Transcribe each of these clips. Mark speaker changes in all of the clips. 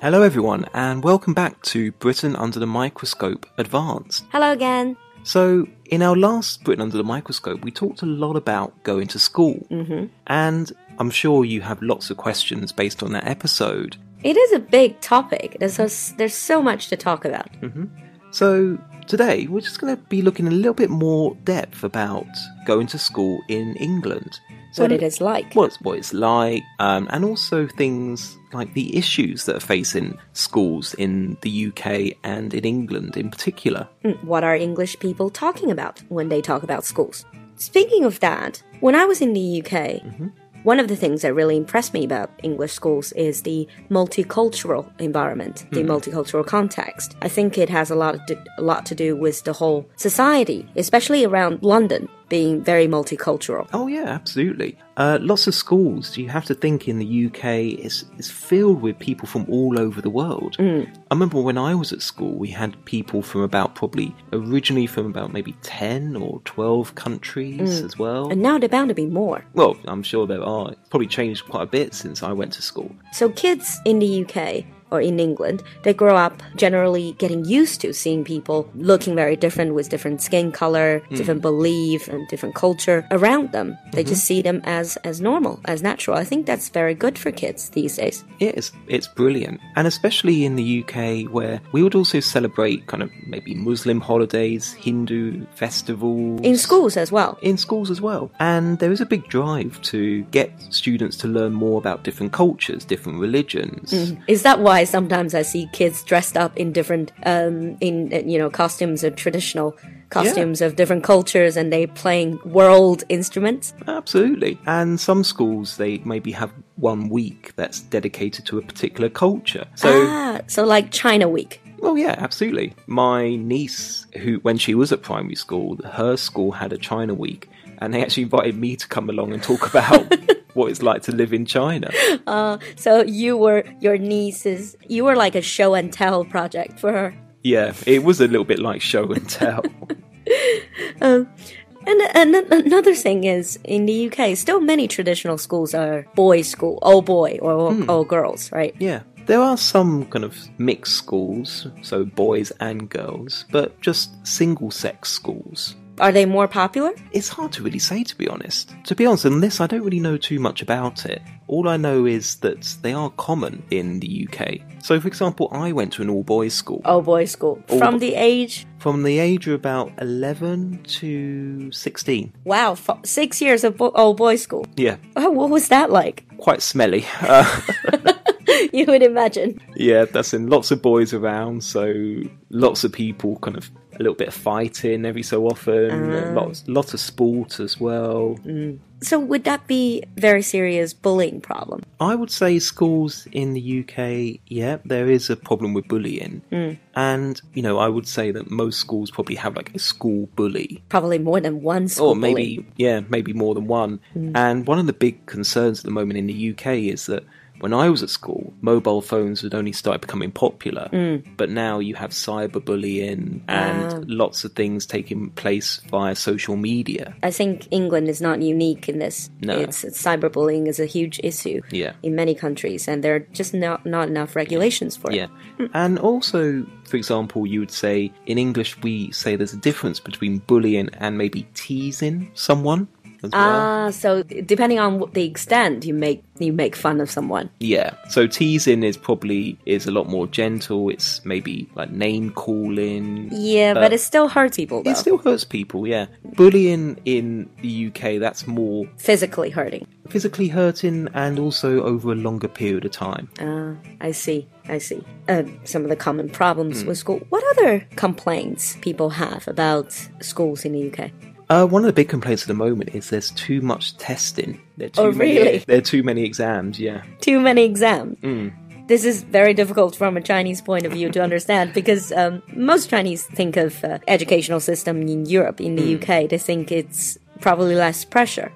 Speaker 1: Hello, everyone, and welcome back to Britain Under the Microscope Advanced.
Speaker 2: Hello again.
Speaker 1: So, in our last Britain Under the Microscope, we talked a lot about going to school. Mm-hmm. And I'm sure you have lots of questions based on that episode.
Speaker 2: It is a big topic. There's so, there's so much to talk about.
Speaker 1: So, today we're just going to be looking a little bit more depth about going to school in England. So,
Speaker 2: What it is like.
Speaker 1: What it's, what it's like, um, and also things like the issues that are facing schools in the UK and in England in particular.
Speaker 2: Mm, What are English people talking about when they talk about schools? Speaking of that, when I was in the UK, one of the things that really impressed me about English schools is the multicultural environment, the multicultural context. I think it has a lot, to, a lot to do with the whole society, especially around London being very multicultural.
Speaker 1: Oh yeah, absolutely. Uh, lots of schools. You have to think in the UK is is filled with people from all over the world.
Speaker 2: Mm.
Speaker 1: I remember when I was at school, we had people from about probably originally from about maybe ten or twelve countries as well.
Speaker 2: Mm. And now they're bound to be more.
Speaker 1: well, I'm sure there are. It's probably changed quite a bit since I went to school.
Speaker 2: So kids in the UK or in England, they grow up generally getting used to seeing people looking very different with different skin color, different belief and different culture around them. They just see them as as normal, as natural. I think that's very good for kids these days.
Speaker 1: Yeah, it's, it's brilliant. And especially in the UK, where we would also celebrate kind of maybe Muslim holidays, Hindu festivals.
Speaker 2: In schools as well.
Speaker 1: in schools as well. And there is a big drive to get students to learn more about different cultures, different religions.
Speaker 2: Is that why sometimes I see kids dressed up in different um in uh, you know costumes or traditional costumes of different cultures and they playing world instruments?
Speaker 1: Absolutely. And some schools, they maybe have one week that's dedicated to a particular culture. So,
Speaker 2: ah, so like China week.
Speaker 1: well, yeah, absolutely. My niece, who, when she was at primary school, her school had a China week, and they actually invited me to come along and talk about what it's like to live in China.
Speaker 2: So you were your niece's. You were like a show and tell project for her.
Speaker 1: Yeah, it was a little bit like show and tell.
Speaker 2: And, and an- another thing is in the UK, still many traditional schools are boys' school, all boy or all,
Speaker 1: Hmm.
Speaker 2: all girls, right?
Speaker 1: Yeah. There are some kind of mixed schools, so boys and girls, but just single sex schools.
Speaker 2: Are they more popular?
Speaker 1: It's hard to really say, to be honest. To be honest, on this, I don't really know too much about it. All I know is that they are common in the UK. So, for example, I went to an all boys school.
Speaker 2: All boys' Oh school
Speaker 1: All
Speaker 2: from
Speaker 1: Oh bo-
Speaker 2: the age
Speaker 1: From the age of about 11 to 16.
Speaker 2: wow, f- six years of bo- all boys' school.
Speaker 1: Yeah,
Speaker 2: Oh, what was that like?
Speaker 1: quite smelly. Uh,
Speaker 2: you would imagine.
Speaker 1: Yeah, that's in lots of boys around, so lots of people kind of a little bit of fighting every so often, and lots lots of sport as well.
Speaker 2: So would that be very serious bullying problem?
Speaker 1: I would say schools in the UK, yeah, there is a problem with bullying. And, you know, I would say that most schools probably have like a school bully.
Speaker 2: Probably more than one school.
Speaker 1: Or Oh, maybe,
Speaker 2: bullying.
Speaker 1: yeah, maybe more than one. And one of the big concerns at the moment in the UK is that when I was at school, mobile phones had only started becoming popular, but now you have cyberbullying and lots of things taking place via social media.
Speaker 2: I think England is not unique in this.
Speaker 1: No.
Speaker 2: It's cyberbullying is a huge issue
Speaker 1: Yeah.
Speaker 2: in many countries, and there are just not not enough regulations for it.
Speaker 1: Yeah. And also, for example, you would say in English, we say there's a difference between bullying and maybe teasing someone as well.
Speaker 2: Ah, so depending on what the extent, you make you make fun of someone.
Speaker 1: Yeah. So teasing is probably is a lot more gentle. It's maybe like name calling.
Speaker 2: Yeah, but it still hurts people. Though.
Speaker 1: It still hurts people, yeah. Bullying in the UK, that's more
Speaker 2: physically hurting.
Speaker 1: physically hurting and also over a longer period of time.
Speaker 2: Ah, I see. I see. Uh, some of the common problems
Speaker 1: Hmm.
Speaker 2: with school. What other complaints people have about schools in the UK?
Speaker 1: Uh, one of the big complaints at the moment is there's too much testing. There are too
Speaker 2: Oh,
Speaker 1: many,
Speaker 2: really?
Speaker 1: There are too many exams, yeah.
Speaker 2: too many exams. This is very difficult from a Chinese point of view to understand because um, most Chinese think of uh, educational system in Europe, in the UK, they think it's probably less pressure.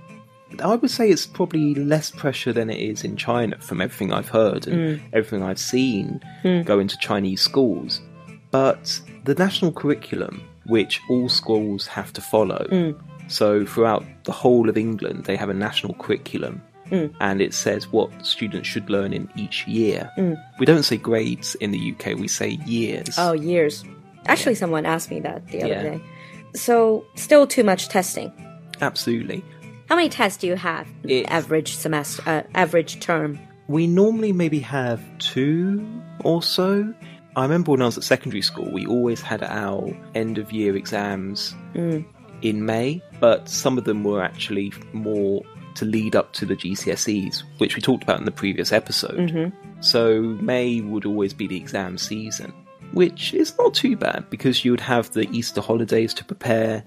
Speaker 1: I would say it's probably less pressure than it is in China from everything I've heard and everything I've seen going to Chinese schools. But the national curriculum, which all schools have to follow, so throughout the whole of England, they have a national curriculum. and it says what students should learn in each year. We don't say grades in the UK, we say years.
Speaker 2: Oh, years. Actually, someone asked me that the other
Speaker 1: Yeah.
Speaker 2: day. So, still too much testing.
Speaker 1: Absolutely.
Speaker 2: How many tests do you have
Speaker 1: It's-
Speaker 2: average semester, uh, average term?
Speaker 1: We normally maybe have two or so. I remember when I was at secondary school, we always had our end of year exams in May, but some of them were actually more to lead up to the GCSEs, which we talked about in the previous episode. So May would always be the exam season, which is not too bad because you would have the Easter holidays to prepare,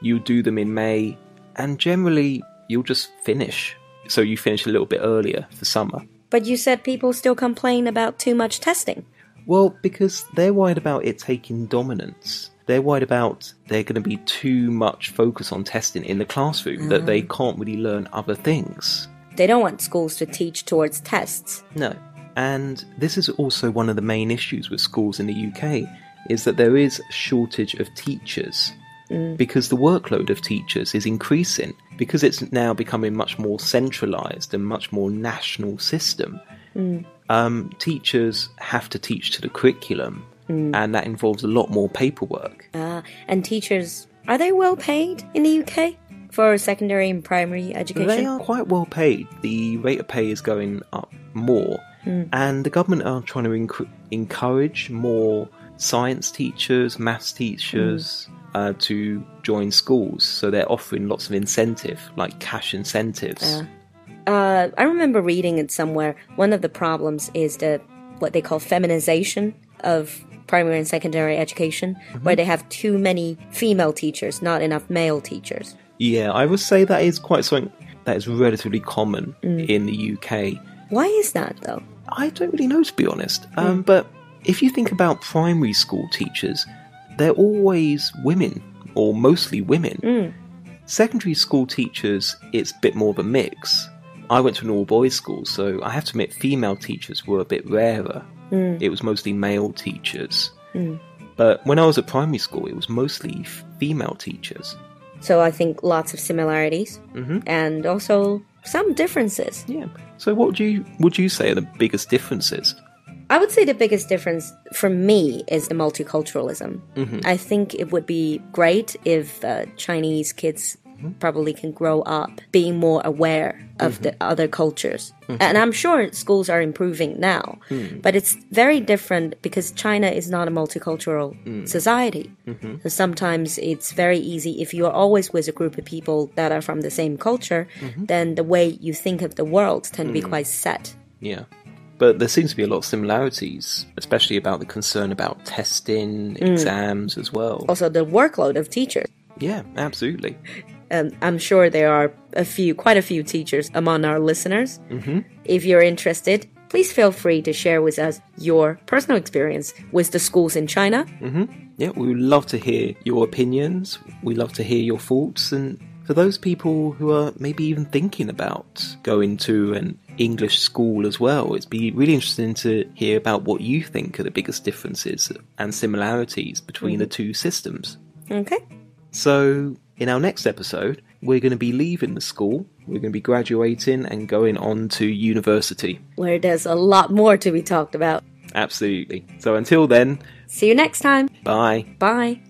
Speaker 1: you do them in May, and generally you'll just finish. So you finish a little bit earlier for summer.
Speaker 2: But you said people still complain about too much testing.
Speaker 1: Well, because they're worried about it taking dominance. They're worried about there going to be too much focus on testing in the classroom that they can't really learn other things.
Speaker 2: They don't want schools to teach towards tests.
Speaker 1: No. And this is also one of the main issues with schools in the UK is that there is a shortage of teachers because the workload of teachers is increasing because it's now becoming much more centralized and much more national system. Um, teachers have to teach to the curriculum and that involves a lot more paperwork.
Speaker 2: Uh, and teachers, are they well paid in the UK for secondary and primary education?
Speaker 1: They are quite well paid. The rate of pay is going up more, and the government are trying to enc- encourage more science teachers, maths teachers uh, to join schools. So they're offering lots of incentive, like cash incentives.
Speaker 2: uh, I remember reading it somewhere. One of the problems is the what they call feminization of primary and secondary education,
Speaker 1: Mm-hmm.
Speaker 2: where they have too many female teachers, not enough male teachers.
Speaker 1: yeah, I would say that is quite something that is relatively common in the UK.
Speaker 2: Why is that though?
Speaker 1: I don't really know, to be honest. Um, But if you think about primary school teachers, they're always women, or mostly women. Secondary school teachers, it's a bit more of a mix. I went to an all boys school, so I have to admit female teachers were a bit rarer. It was mostly male teachers. But when I was at primary school, it was mostly f- female teachers.
Speaker 2: So I think lots of similarities
Speaker 1: Mm-hmm.
Speaker 2: and also some differences.
Speaker 1: Yeah. So what would you would you say are the biggest differences?
Speaker 2: I would say the biggest difference for me is the multiculturalism. I think it would be great if uh, Chinese kids probably can grow up being more aware of the other cultures. And I'm sure schools are improving now, but it's very different because China is not a multicultural society. So sometimes it's very easy if you're always with a group of people that are from the same culture, then the way you think of the world tend to be quite set.
Speaker 1: Yeah. But there seems to be a lot of similarities, especially about the concern about testing, exams as well.
Speaker 2: Also the workload of teachers
Speaker 1: Yeah, absolutely.
Speaker 2: um, I'm sure there are a few, quite a few teachers among our listeners. Mm-hmm. If you're interested, please feel free to share with us your personal experience with the schools in China.
Speaker 1: Yeah, we would love to hear your opinions. We love to hear your thoughts. And for those people who are maybe even thinking about going to an English school as well, it'd be really interesting to hear about what you think are the biggest differences and similarities between the two systems.
Speaker 2: Okay.
Speaker 1: So, in our next episode, we're going to be leaving the school, we're going to be graduating and going on to university.
Speaker 2: Where there's a lot more to be talked about.
Speaker 1: Absolutely. So, until then,
Speaker 2: See you next time.
Speaker 1: bye.
Speaker 2: Bye.